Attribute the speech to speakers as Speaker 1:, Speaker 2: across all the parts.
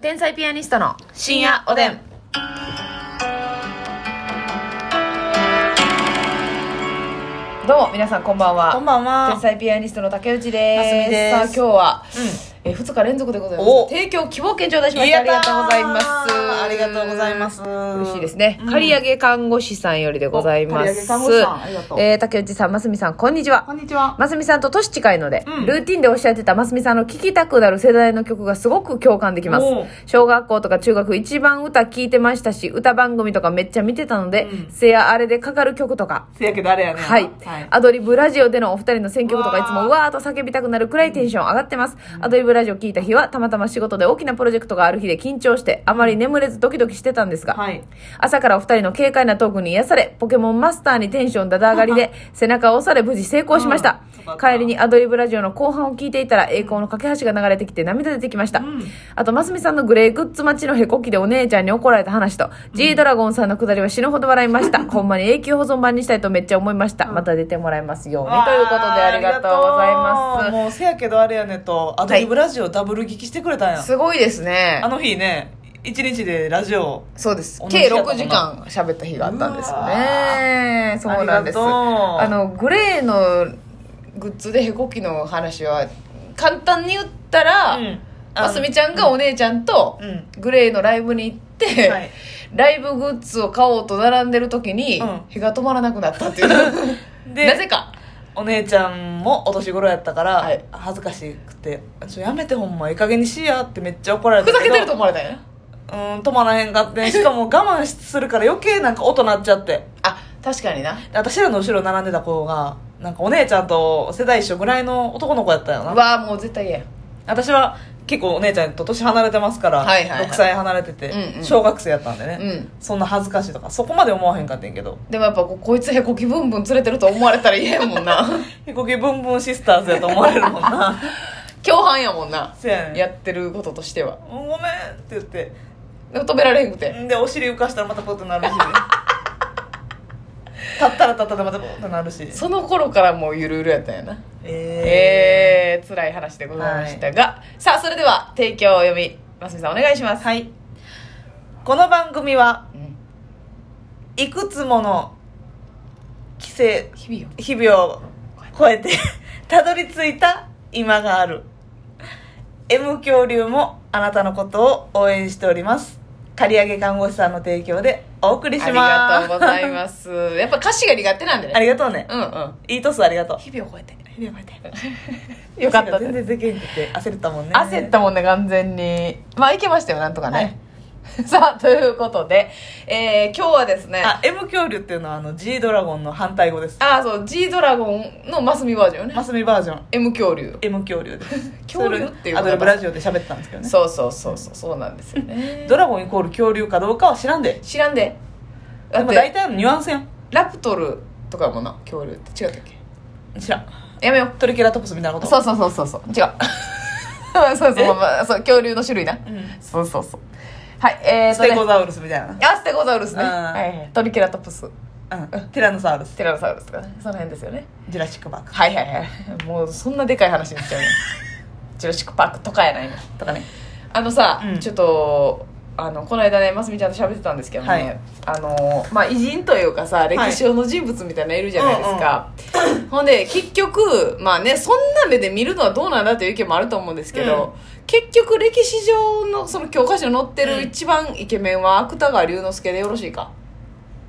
Speaker 1: 天才ピアニストの深夜おでん。どうも皆さんこんばんは。
Speaker 2: こんばんは
Speaker 1: 天才ピアニストの竹内です。
Speaker 2: ますみです
Speaker 1: さあ今日は、え2日連続でございます
Speaker 2: お。
Speaker 1: 提供希望券頂戴しました。ありがとうございます。
Speaker 2: ありがとうございます。
Speaker 1: 嬉
Speaker 2: 嬉
Speaker 1: しいですね。借上看護師さんよりでございます。
Speaker 2: お借上看護師さんありがとう
Speaker 1: えー竹内さん、ますみさん、こんにちは。
Speaker 2: こんにちは。
Speaker 1: ますみさんと年近いので、
Speaker 2: うん
Speaker 1: ルーティンでおっしゃってたますみさんの聴きたくなる世代の曲がすごく共感できます
Speaker 2: おう。
Speaker 1: 小学校とか中学一番歌聴いてましたし、歌番組とかめっちゃ見てたので、せやあれでかかる曲とか、
Speaker 2: せやけどあれやねんな。
Speaker 1: はい、アドリブラジオでのお二人の選曲とか
Speaker 2: う
Speaker 1: い
Speaker 2: わー
Speaker 1: つもうわーっと叫びたくなるくらいテンション上がってます。アドリブラジオ聞いた日は、たまたま仕事で大きなプロジェクトがある日で緊張して、あまり眠れずドキドキしてたんですが、
Speaker 2: はい。
Speaker 1: 朝からお二人の軽快なトークに癒され、ポケモンマスターにテンションだだ上がり で、背中を押され無事成功しました
Speaker 2: うんよかっ。た
Speaker 1: 帰りにアドリブラジオの後半を聞いていたら、栄光の架け橋が流れてきて涙出てきました。あと、ますみさんのグレーグッズ待ちのへこきでお姉ちゃんに怒られた話と、G ドラゴンさんのくだりは死ぬほど笑いま した。ほんまに永久保存版にしたいとめっちゃ思いました。また出てもらいますように。ということでありがとうござい
Speaker 2: ありがと
Speaker 1: ま
Speaker 2: うもうせやけどあれやねんと、アドリブラジオダブル聞きしてくれたんや
Speaker 1: す。。すごいですね
Speaker 2: あ。の日ね、一日でラジオ。
Speaker 1: そうです
Speaker 2: 同じ
Speaker 1: 計
Speaker 2: 日だ
Speaker 1: 6
Speaker 2: ったもんな
Speaker 1: 時間喋った日があったんですねそうなんです
Speaker 2: ありがとう
Speaker 1: あのグレーのグッズでへこきの話は簡単に言ったら、
Speaker 2: うんあの
Speaker 1: ますみちゃんがお姉ちゃんと
Speaker 2: うん
Speaker 1: グレーのライブに行って、
Speaker 2: はい
Speaker 1: ライブグッズを買おうと並んでる時に、
Speaker 2: うん
Speaker 1: 日が止まらなくなったっていうなぜ
Speaker 2: で、
Speaker 1: か
Speaker 2: お姉ちゃんもお年頃やったか
Speaker 1: はい
Speaker 2: ら、恥ずかしくて、ちょ、やめてほんま、いい加減にしやってめっちゃ怒られ
Speaker 1: ふ
Speaker 2: た
Speaker 1: ざ
Speaker 2: け
Speaker 1: け
Speaker 2: ど。
Speaker 1: てると思われたんやな
Speaker 2: うん、止まらへんか って。しかも我慢するから余計なんか音鳴っちゃって。
Speaker 1: あ確かにな
Speaker 2: 私らの後ろ並んでた子がなんかお姉ちゃんと世代一緒ぐらいの男の子やったよ
Speaker 1: う
Speaker 2: な
Speaker 1: わもう絶対嫌や
Speaker 2: 私は結構お姉ちゃんと年離れてますから、
Speaker 1: はいはいはい
Speaker 2: 6歳離れてて、
Speaker 1: うんうん
Speaker 2: 小学生やったんでね、
Speaker 1: うん
Speaker 2: そんな恥ずかしいとかそこまで思わへんかってんけど
Speaker 1: でもやっぱここいつへこきブンブン連れてると思われたら嫌やもん な
Speaker 2: 飛行機ブンブンシスターズやと思われるも んな
Speaker 1: 共犯やもんな
Speaker 2: せやねん
Speaker 1: やってることとしては
Speaker 2: ごめんって言って
Speaker 1: でも止められへんくて
Speaker 2: でお尻浮かしたらまたポッとなるし立ったら立ったらまたポッとなるし
Speaker 1: その頃からもうゆるゆるやったんやな
Speaker 2: え
Speaker 1: ええー、辛い話でございましたが、さあそれでは提供を読みますみさんお願いしますはい、
Speaker 2: ー、この番組は
Speaker 1: うん、
Speaker 2: いくつもの規制
Speaker 1: 日々よ
Speaker 2: 日々を超えて たどり着いた今がある M 恐竜もあなたのことを応援しております借り上げ看護師さんの提供でお送りし
Speaker 1: あり
Speaker 2: ます
Speaker 1: がとうござい
Speaker 2: す
Speaker 1: ますやっぱ歌詞が苦手なんで
Speaker 2: あ
Speaker 1: ね
Speaker 2: りがとうね
Speaker 1: うんうん
Speaker 2: いいトスありがとう
Speaker 1: 日々を超えて
Speaker 2: 日々を超え て
Speaker 1: よか った
Speaker 2: 全然できへんって焦ったもんね
Speaker 1: 焦ったもんね完全にまあいけましたよなんとかね、
Speaker 2: は
Speaker 1: さあということで、えー、今日はですねあ
Speaker 2: あ M 恐竜っていうのはあの G ドラゴンの反対語です
Speaker 1: あーそう G ドラゴンのマスミバージョンよね
Speaker 2: マスミバージョン
Speaker 1: M 恐竜
Speaker 2: M 恐竜です
Speaker 1: 恐竜っていうこ
Speaker 2: それ
Speaker 1: と
Speaker 2: アドリブラジオで喋ってたんですけどね
Speaker 1: そうそうそうそうそうなんですよね
Speaker 2: ドラゴンイコール恐竜かどうかは知らんで
Speaker 1: 知らんでだ
Speaker 2: で
Speaker 1: っ
Speaker 2: も大
Speaker 1: て
Speaker 2: 体のニュアンスやん
Speaker 1: ラプトルとかもな恐竜って違ったっ
Speaker 2: 知らん
Speaker 1: けやめよう
Speaker 2: トリケラトプスみたいなこと
Speaker 1: そうそうそうそうそう 違うそうそう,、まあ、そう恐竜の種類な、
Speaker 2: ん
Speaker 1: そうそうそうはいえー
Speaker 2: ス
Speaker 1: とね
Speaker 2: テゴザウルスみたいな、
Speaker 1: あステゴザウルスね、
Speaker 2: うん
Speaker 1: はいはいトリケラトプス
Speaker 2: うん、ティラノサウルス
Speaker 1: ティラノサウルスとかねその辺ですよね
Speaker 2: ジュラシック・パーク
Speaker 1: はいはいはいもうそんなでかい話になっちゃう ねジュラシック・パークとかやないの
Speaker 2: とかね
Speaker 1: あのさ、
Speaker 2: うん
Speaker 1: ちょっとあのこの間ねますみちゃんと喋ってたんですけどね、
Speaker 2: はい
Speaker 1: あのまあ偉人というかさ歴史上の人物みたいなのいるじゃないですか、 ほんで結局まあねそんな目で見るのはどうなんだという意見もあると思うんですけど、結局歴史上のその教科書に載って
Speaker 2: う
Speaker 1: る
Speaker 2: ん
Speaker 1: 一番イケメンは芥川龍之介でよろしいか、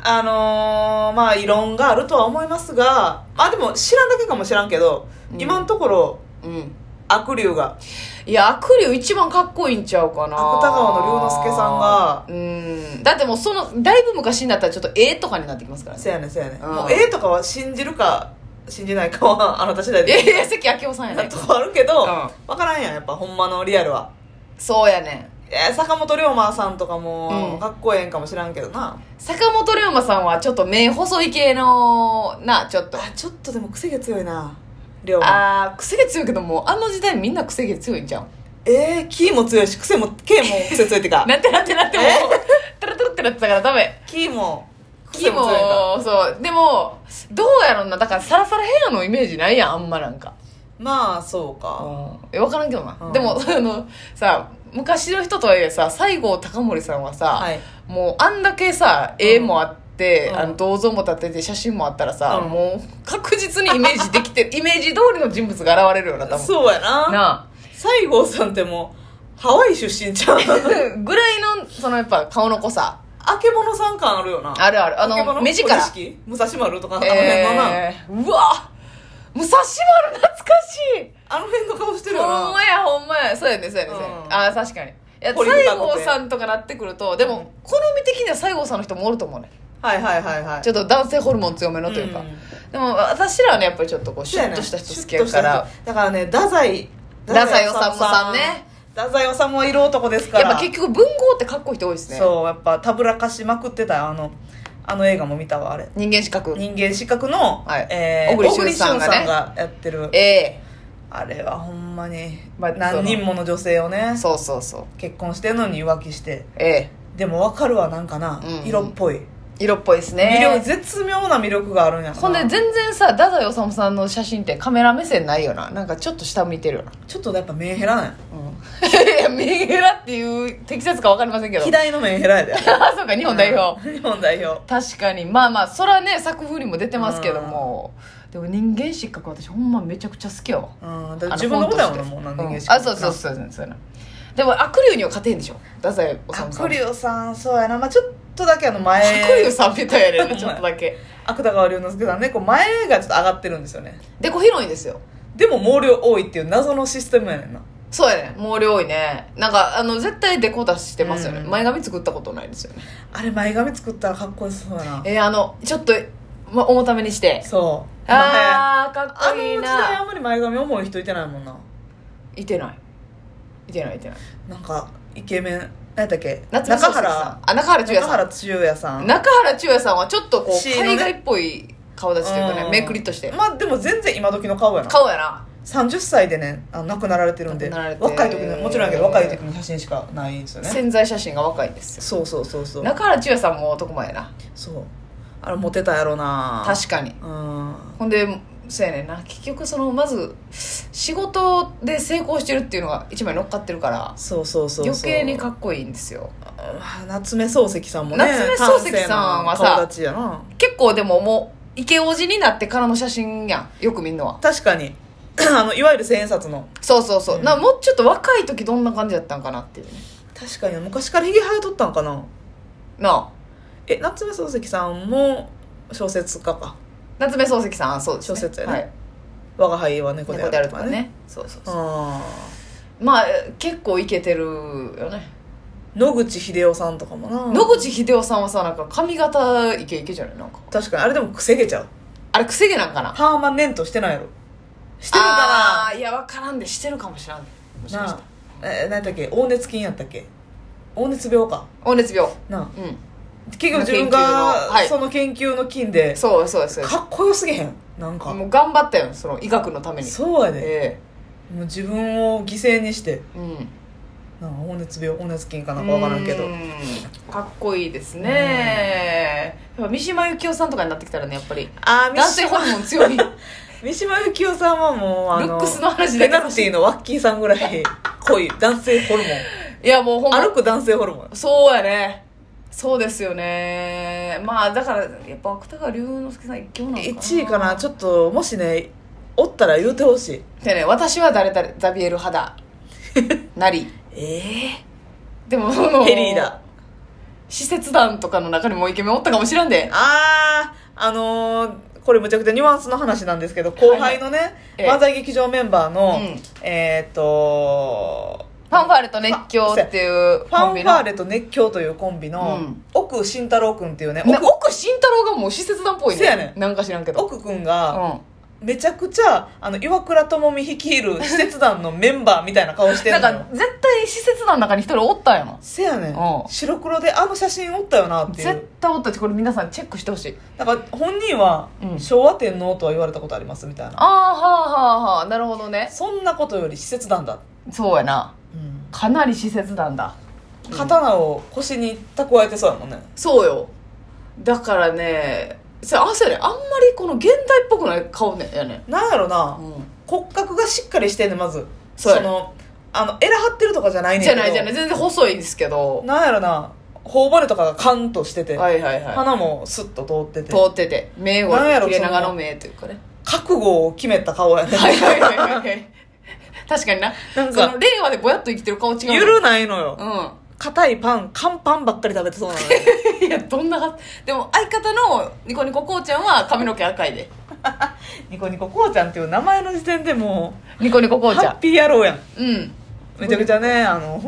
Speaker 2: あのー、まあ異論があるとは思いますがあでも知らんだけかもしらんけど、
Speaker 1: うん
Speaker 2: 今のところ
Speaker 1: うん
Speaker 2: 悪竜が
Speaker 1: いや悪龍一番かっこいいんちゃうかな
Speaker 2: 芥川の龍之介さんが
Speaker 1: うんだってもうそのだいぶ昔になったらちょっと絵とかになってきますからね
Speaker 2: せやねんせやねん
Speaker 1: うん
Speaker 2: もう A とかは信じるか信じないかは あなた次第
Speaker 1: いやい
Speaker 2: で
Speaker 1: や関明夫さんやね
Speaker 2: なんとこあるけど、
Speaker 1: うん
Speaker 2: わからんやんやっぱほんまのリアルは
Speaker 1: そうやねん
Speaker 2: えー坂本龍馬さんとか
Speaker 1: う
Speaker 2: も
Speaker 1: ん
Speaker 2: かっこええんかもしらんけどな、
Speaker 1: 坂本龍馬さんはちょっと目細い系のなちょっと
Speaker 2: あちょっとでも癖が強いな龍馬
Speaker 1: あー癖が強いけどもうあの時代みんな癖が強いんじゃん。
Speaker 2: えー、キーも強いし、癖も、K も癖強い ってか
Speaker 1: なんてなってなってもう
Speaker 2: え
Speaker 1: トラトラってなってたからダメ
Speaker 2: キーも、
Speaker 1: キ
Speaker 2: 癖
Speaker 1: も
Speaker 2: も強いか。
Speaker 1: そうでもどうやろうなだからサラサラヘアのイメージないやんあんまなんか
Speaker 2: まあ、そう か。
Speaker 1: うんえ分からんけどな、
Speaker 2: うん
Speaker 1: でもあのさ昔の人とはいえさ西郷隆盛さんはさ、
Speaker 2: はい
Speaker 1: もうあんだけさ絵もあって、
Speaker 2: うん
Speaker 1: あの銅像も立ってて写真もあったらさ、
Speaker 2: うん
Speaker 1: もう確実にイメージできて イメージ通りの人物が現れるような多分
Speaker 2: そうやな
Speaker 1: な
Speaker 2: 西郷さんってもうハワイ出身ちゃ
Speaker 1: あ
Speaker 2: う
Speaker 1: ぐらいのそのやっぱ顔の濃さ
Speaker 2: あけぼのさん感あるよな
Speaker 1: あるあるあ
Speaker 2: あけぼ
Speaker 1: の
Speaker 2: の
Speaker 1: 目力
Speaker 2: 小錦武蔵丸とかあの辺のな、
Speaker 1: えー、うわ武蔵丸懐かしい
Speaker 2: あの辺の顔してるよ
Speaker 1: ほん
Speaker 2: な
Speaker 1: まやほんまやそうやねそうやね、そうやね
Speaker 2: うん
Speaker 1: ああ確かにいや
Speaker 2: ポリ袋
Speaker 1: 西
Speaker 2: 持って
Speaker 1: 郷さんとかなってくるとで
Speaker 2: うん
Speaker 1: も好み的には西郷さんの人もおると思うね
Speaker 2: はいはいはいはい
Speaker 1: ちょっと男性ホルモン強めのというか、
Speaker 2: うん
Speaker 1: でも私らはねやっぱりちょっとこうシ
Speaker 2: そう
Speaker 1: ュ
Speaker 2: や
Speaker 1: ッ
Speaker 2: ね
Speaker 1: とした人好きやから
Speaker 2: シュッとした人だからね太宰
Speaker 1: 太宰治さんね
Speaker 2: 太宰治も色男ですから
Speaker 1: やっぱ結局文豪ってかっこいい人多いですね
Speaker 2: そうやっぱたぶらかしまくってたよあのあの映画も見たわあれ
Speaker 1: 人間資格
Speaker 2: 人間失格の、
Speaker 1: はい
Speaker 2: え
Speaker 1: 小
Speaker 2: ー、小
Speaker 1: 栗
Speaker 2: 栗
Speaker 1: 旬
Speaker 2: 旬さ
Speaker 1: さ
Speaker 2: ん
Speaker 1: ん
Speaker 2: が,、
Speaker 1: がね
Speaker 2: やってる
Speaker 1: ええ
Speaker 2: あれはほんまに、
Speaker 1: まあ
Speaker 2: 何人もの女性をね
Speaker 1: そうそうそう
Speaker 2: 結婚してんのに浮気して
Speaker 1: ええ
Speaker 2: でも分かるわなんかな、
Speaker 1: うんうん
Speaker 2: 色っぽい
Speaker 1: 色っぽいです
Speaker 2: 魅力
Speaker 1: ね
Speaker 2: 絶妙な魅力があるんやな
Speaker 1: ほんで全然さ太宰治さんの写真ってカメラ目線ないよななんかちょっと下向いてるよな
Speaker 2: ちょっとやっぱ目減らな
Speaker 1: う
Speaker 2: い
Speaker 1: ん いやメンヘラっていう適切か分かりませんけど
Speaker 2: 左の目減らやで
Speaker 1: あ そうか日本代表、
Speaker 2: うん日本代表
Speaker 1: 確かにまあまあそらね作風にも出てますけどもでも人間失格私ほんまめちゃくちゃ好きやわ
Speaker 2: うん、だから
Speaker 1: あ
Speaker 2: 自分のことやもんな
Speaker 1: フ
Speaker 2: も
Speaker 1: ォ
Speaker 2: う
Speaker 1: ン
Speaker 2: 何
Speaker 1: ト
Speaker 2: 人
Speaker 1: して
Speaker 2: 間
Speaker 1: うん
Speaker 2: しか
Speaker 1: あそうそうそうそうそうやなでも悪龍には勝てんでしょ太宰治さん
Speaker 2: 悪龍さんそうやな、まあ、ちょっとだけあの前
Speaker 1: 悪龍さんみたいやねんなちょっとだけ
Speaker 2: 芥川龍之介さんねこう前がちょっと上がってるんですよね
Speaker 1: でこ広いんですよ
Speaker 2: でも毛量多いっていう謎のシステムやねんな
Speaker 1: そうやね毛量多いねなんかあの絶対デコ出してますよね、
Speaker 2: うん
Speaker 1: 前髪作ったことないですよね
Speaker 2: あれ前髪作ったらかっこよそうやな
Speaker 1: えー、あのちょっと、ま、重ためにして
Speaker 2: そう
Speaker 1: ああか
Speaker 2: あ
Speaker 1: っ
Speaker 2: の
Speaker 1: こいい
Speaker 2: 時代あ
Speaker 1: なん
Speaker 2: まり前髪重い人いてないもんない
Speaker 1: てないいてないいてない
Speaker 2: なんかイケメン何やったっけ
Speaker 1: 夏
Speaker 2: 中
Speaker 1: 目漱石さん
Speaker 2: 原
Speaker 1: あ中原中也
Speaker 2: 中
Speaker 1: さ
Speaker 2: 原
Speaker 1: ん
Speaker 2: 中也さん
Speaker 1: 中原中也さんはちょっとこ
Speaker 2: C
Speaker 1: う
Speaker 2: のね
Speaker 1: 海外っぽい顔立ちというかね
Speaker 2: うん
Speaker 1: めくりっとして
Speaker 2: まあでも全然今時の顔やな
Speaker 1: 顔やな
Speaker 2: 30歳でねあの亡くなられてるんで
Speaker 1: 亡くなられて
Speaker 2: 若い時のもちろんやけど若い時の写真しかないんですよね
Speaker 1: 潜在写真が若いんですよ
Speaker 2: そうそうそうそう
Speaker 1: 中原中也さんも男前やな
Speaker 2: そうあれモテたやろな
Speaker 1: 確かに
Speaker 2: うん
Speaker 1: ほんでそうやねんな結局そのまず仕事で成功してるっていうのが一枚乗っかってるから
Speaker 2: そうそうそうそう
Speaker 1: 余計にかっこいいんですよ
Speaker 2: あ夏目漱石さんもね
Speaker 1: 夏目漱石さんはさ
Speaker 2: 端正な顔立ちやな
Speaker 1: 結構でももうイケオジになってからの写真やんよく見んのは
Speaker 2: 確かに あのいわゆる千円札の
Speaker 1: そうそうそう、
Speaker 2: うん
Speaker 1: なもうちょっと若い時どんな感じだったんかなっていうね
Speaker 2: 確かに昔からひげ生えとったんかな
Speaker 1: なあ
Speaker 2: え夏目漱石さんも小説家か
Speaker 1: 夏目漱石さんあそうです、ね、
Speaker 2: 小説やね
Speaker 1: はい
Speaker 2: 「我が輩は猫で
Speaker 1: 猫
Speaker 2: あ
Speaker 1: であ
Speaker 2: る」
Speaker 1: る
Speaker 2: と
Speaker 1: と
Speaker 2: か
Speaker 1: か
Speaker 2: ね
Speaker 1: ねそうそうそう
Speaker 2: あ
Speaker 1: まあ結構イケてるよね、
Speaker 2: ー野口英世さんとかもな
Speaker 1: 野口英世さんはさなんか髪型イケイケじゃないなんか
Speaker 2: 確かにあれでもくせ毛ちゃう
Speaker 1: あれ癖毛なんかな
Speaker 2: パーマネントしてないやろし
Speaker 1: して
Speaker 2: るか
Speaker 1: あーいや分からんでしてるかもしらんでもし
Speaker 2: ら
Speaker 1: かし
Speaker 2: な
Speaker 1: た
Speaker 2: あえー何やったっけ黄熱菌やったっけ黄熱病か
Speaker 1: ら黄熱病
Speaker 2: な
Speaker 1: うん
Speaker 2: あ結局自分
Speaker 1: 研究のは
Speaker 2: が
Speaker 1: い
Speaker 2: その研究の菌で
Speaker 1: そうそうですそうです
Speaker 2: かっこよすぎへんなんか
Speaker 1: もう頑張ったよその医学のために
Speaker 2: そうやで
Speaker 1: え
Speaker 2: もう自分を犠牲にして
Speaker 1: えうん
Speaker 2: なんか黄熱病黄熱菌かなんかわからんけど
Speaker 1: うんかっこいいですねやっぱ三島由紀夫さんとかになってきたらねやっぱり
Speaker 2: あー
Speaker 1: 男性ホルモン 強いル
Speaker 2: 三島由紀夫さんはもうあの
Speaker 1: ックスの話だ
Speaker 2: ペ
Speaker 1: け
Speaker 2: ナルティのワッキーさんぐらい濃い男性ホルモ
Speaker 1: いやもうほんま
Speaker 2: ン歩く男性ホルモン
Speaker 1: そうやねそうですよねまあだからやっぱ芥川龍之介さん一強なのかな
Speaker 2: 1位かなちょっともしねおったら言うてほしい
Speaker 1: でね私は誰誰ザビエル派だ なり
Speaker 2: え
Speaker 1: でもその
Speaker 2: ペリーだ
Speaker 1: 施設団とかの中にもイケメンおったかもしらんで
Speaker 2: あーあのーこれむちゃくちゃニュアンスの話なんですけど後輩のね、
Speaker 1: ええ
Speaker 2: 漫才劇場メンバーの、
Speaker 1: うん
Speaker 2: えーっと
Speaker 1: ファンファーレと熱狂っていう
Speaker 2: ファ
Speaker 1: コ
Speaker 2: ン
Speaker 1: ビ
Speaker 2: フ
Speaker 1: の
Speaker 2: ァーレと熱狂というコンビの、
Speaker 1: うん
Speaker 2: 奥慎太郎くんっていうね
Speaker 1: ね奥慎太郎がもう施設団っぽいね
Speaker 2: せやねん
Speaker 1: なんか知らんけど
Speaker 2: 奥奥くんが、
Speaker 1: う
Speaker 2: めちゃくちゃあの岩倉智美率いる施設団のメンバーみたいな顔して
Speaker 1: ん、
Speaker 2: る
Speaker 1: なん
Speaker 2: のよ
Speaker 1: か絶対施設団の中に一人おったんやな
Speaker 2: せやねん
Speaker 1: うん
Speaker 2: 白黒であの写真おったよなっていう
Speaker 1: 絶対おったしこれ皆さんチェックしてほしい
Speaker 2: なんか本人は、
Speaker 1: うん
Speaker 2: 昭和天皇とは言われたことありますみたいな
Speaker 1: ああはあはあはあなるほどね
Speaker 2: そんなことより施設団だ、
Speaker 1: そうやな
Speaker 2: うん
Speaker 1: かなり施設団だ
Speaker 2: 刀を腰に蓄えてそうやもんね
Speaker 1: そうよだからねせあそうやねあんまりこの現代っぽくない顔ねやね
Speaker 2: なんやろな、
Speaker 1: うん
Speaker 2: 骨格がしっかりしてんねんまず
Speaker 1: そうや
Speaker 2: のあのエラ張ってるとかじゃないねん
Speaker 1: じ
Speaker 2: け
Speaker 1: ゃ
Speaker 2: ど
Speaker 1: ないじゃない全然細いんですけど
Speaker 2: なんやろな頬骨とかがカンとしてて、
Speaker 1: はいはいは
Speaker 2: 鼻もスッと通って
Speaker 1: い
Speaker 2: て
Speaker 1: 通ってて目を
Speaker 2: なんやろ
Speaker 1: 切れ長
Speaker 2: そ
Speaker 1: の
Speaker 2: の
Speaker 1: 目というかね
Speaker 2: 覚悟を決めた顔やね
Speaker 1: はいはいはいはいはい確かにな
Speaker 2: なん
Speaker 1: そ
Speaker 2: か
Speaker 1: の令和でぼやっと生きてる顔違うの
Speaker 2: ゆるないの
Speaker 1: う
Speaker 2: よ
Speaker 1: ん
Speaker 2: 硬いパン乾パンばっかり食べてそうなのよ
Speaker 1: いやどんながでも相方のニコニコこうちゃんは髪の毛赤いで
Speaker 2: ニコニコこうちゃんっていう名前の時点でも
Speaker 1: ニコニコこ
Speaker 2: う
Speaker 1: うちゃ
Speaker 2: ハ
Speaker 1: ん
Speaker 2: ッピー野郎やん
Speaker 1: うん
Speaker 2: めちゃくちゃねあの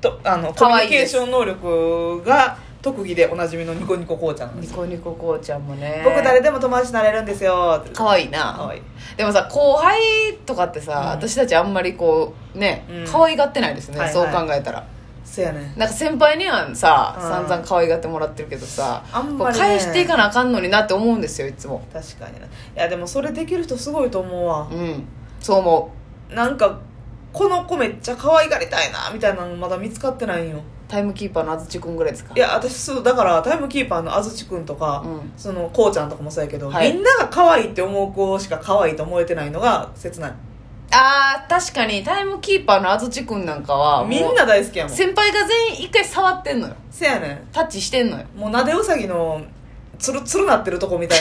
Speaker 2: とあのコ
Speaker 1: 可
Speaker 2: ミュ
Speaker 1: 愛
Speaker 2: ニ
Speaker 1: い
Speaker 2: ケー
Speaker 1: です
Speaker 2: ション能力が特技でおなじみのニコニコこうちゃんなんで
Speaker 1: ニ
Speaker 2: す
Speaker 1: コニコこうちゃんもね
Speaker 2: 僕誰でも友達になれるんですよって
Speaker 1: 可愛いな
Speaker 2: 可愛い
Speaker 1: でもさ後輩とかってさ、
Speaker 2: うん
Speaker 1: 私たちあんまりこうね、
Speaker 2: うん
Speaker 1: 可愛がってないですね、
Speaker 2: はいはい
Speaker 1: そう考えたら
Speaker 2: そうやね
Speaker 1: なんか先輩にはさ、
Speaker 2: うん
Speaker 1: 散々可愛がってもらってるけどさ
Speaker 2: あん
Speaker 1: こ
Speaker 2: ま
Speaker 1: う
Speaker 2: りね
Speaker 1: 返していかなあかんのになって思うんですよいつも
Speaker 2: 確かにないやでもそれできる人すごいと思うわ
Speaker 1: うんそう思う
Speaker 2: なんかこの子めっちゃ可愛がりたいなみたいなのまだ見つかってないんよ
Speaker 1: タイムキーパーのあずちくんぐらいですか
Speaker 2: いや私そうだからタイムキーパーのあずちくんとか、
Speaker 1: うん
Speaker 2: そのこうちゃんとかもそうやけど、
Speaker 1: はい
Speaker 2: みんなが可愛いって思う子しか可愛いと思えてないのが切ない
Speaker 1: あー確かにタイムキーパーのあずちくんなんかはもう
Speaker 2: みんな大好きやもんせ
Speaker 1: 先輩が全員一回触ってんのよ
Speaker 2: やね
Speaker 1: タッチしてんのよ
Speaker 2: んもうなでうさぎのつるつるなってるとこみたい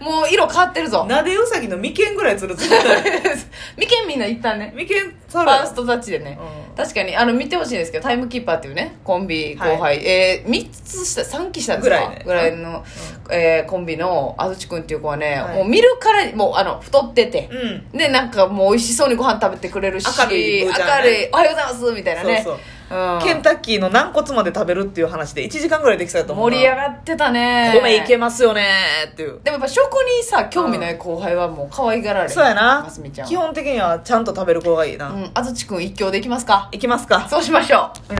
Speaker 2: な
Speaker 1: もう色変わってるぞ
Speaker 2: なでうさぎの眉間ぐらいつるつるなってる
Speaker 1: 眉間みんな一旦ね
Speaker 2: 眉間
Speaker 1: フ
Speaker 2: 触る
Speaker 1: ァーストタッチでね、
Speaker 2: うん
Speaker 1: 確かにあの見てほしいんですけどタイムキーパーっていうねコンビ後輩、
Speaker 2: は
Speaker 1: えー、3つした3期したんですか
Speaker 2: ぐらいね
Speaker 1: の、えーコンビのあずちくんっていう子はね、
Speaker 2: はい
Speaker 1: もう見るからもうあの太ってて、
Speaker 2: うん
Speaker 1: でなんかもう美味しそうにご飯食べてくれるし
Speaker 2: 明るい子ちゃんね
Speaker 1: 明るいおはようございますみたいなね
Speaker 2: そうそう
Speaker 1: うん
Speaker 2: ケンタッキーの軟骨まで食べるっていう話で1時間ぐらいできそうやと思うな
Speaker 1: 盛り上がってたね
Speaker 2: 米いけますよねーっていう
Speaker 1: でもやっぱ食にさ興味ない後輩はもう可愛がられる
Speaker 2: そうやな
Speaker 1: ますみちゃん
Speaker 2: 基本的にはちゃんと食べる子がいいな、
Speaker 1: うん、あずちくん一強できますか
Speaker 2: いきますか
Speaker 1: そうしましょう
Speaker 2: うん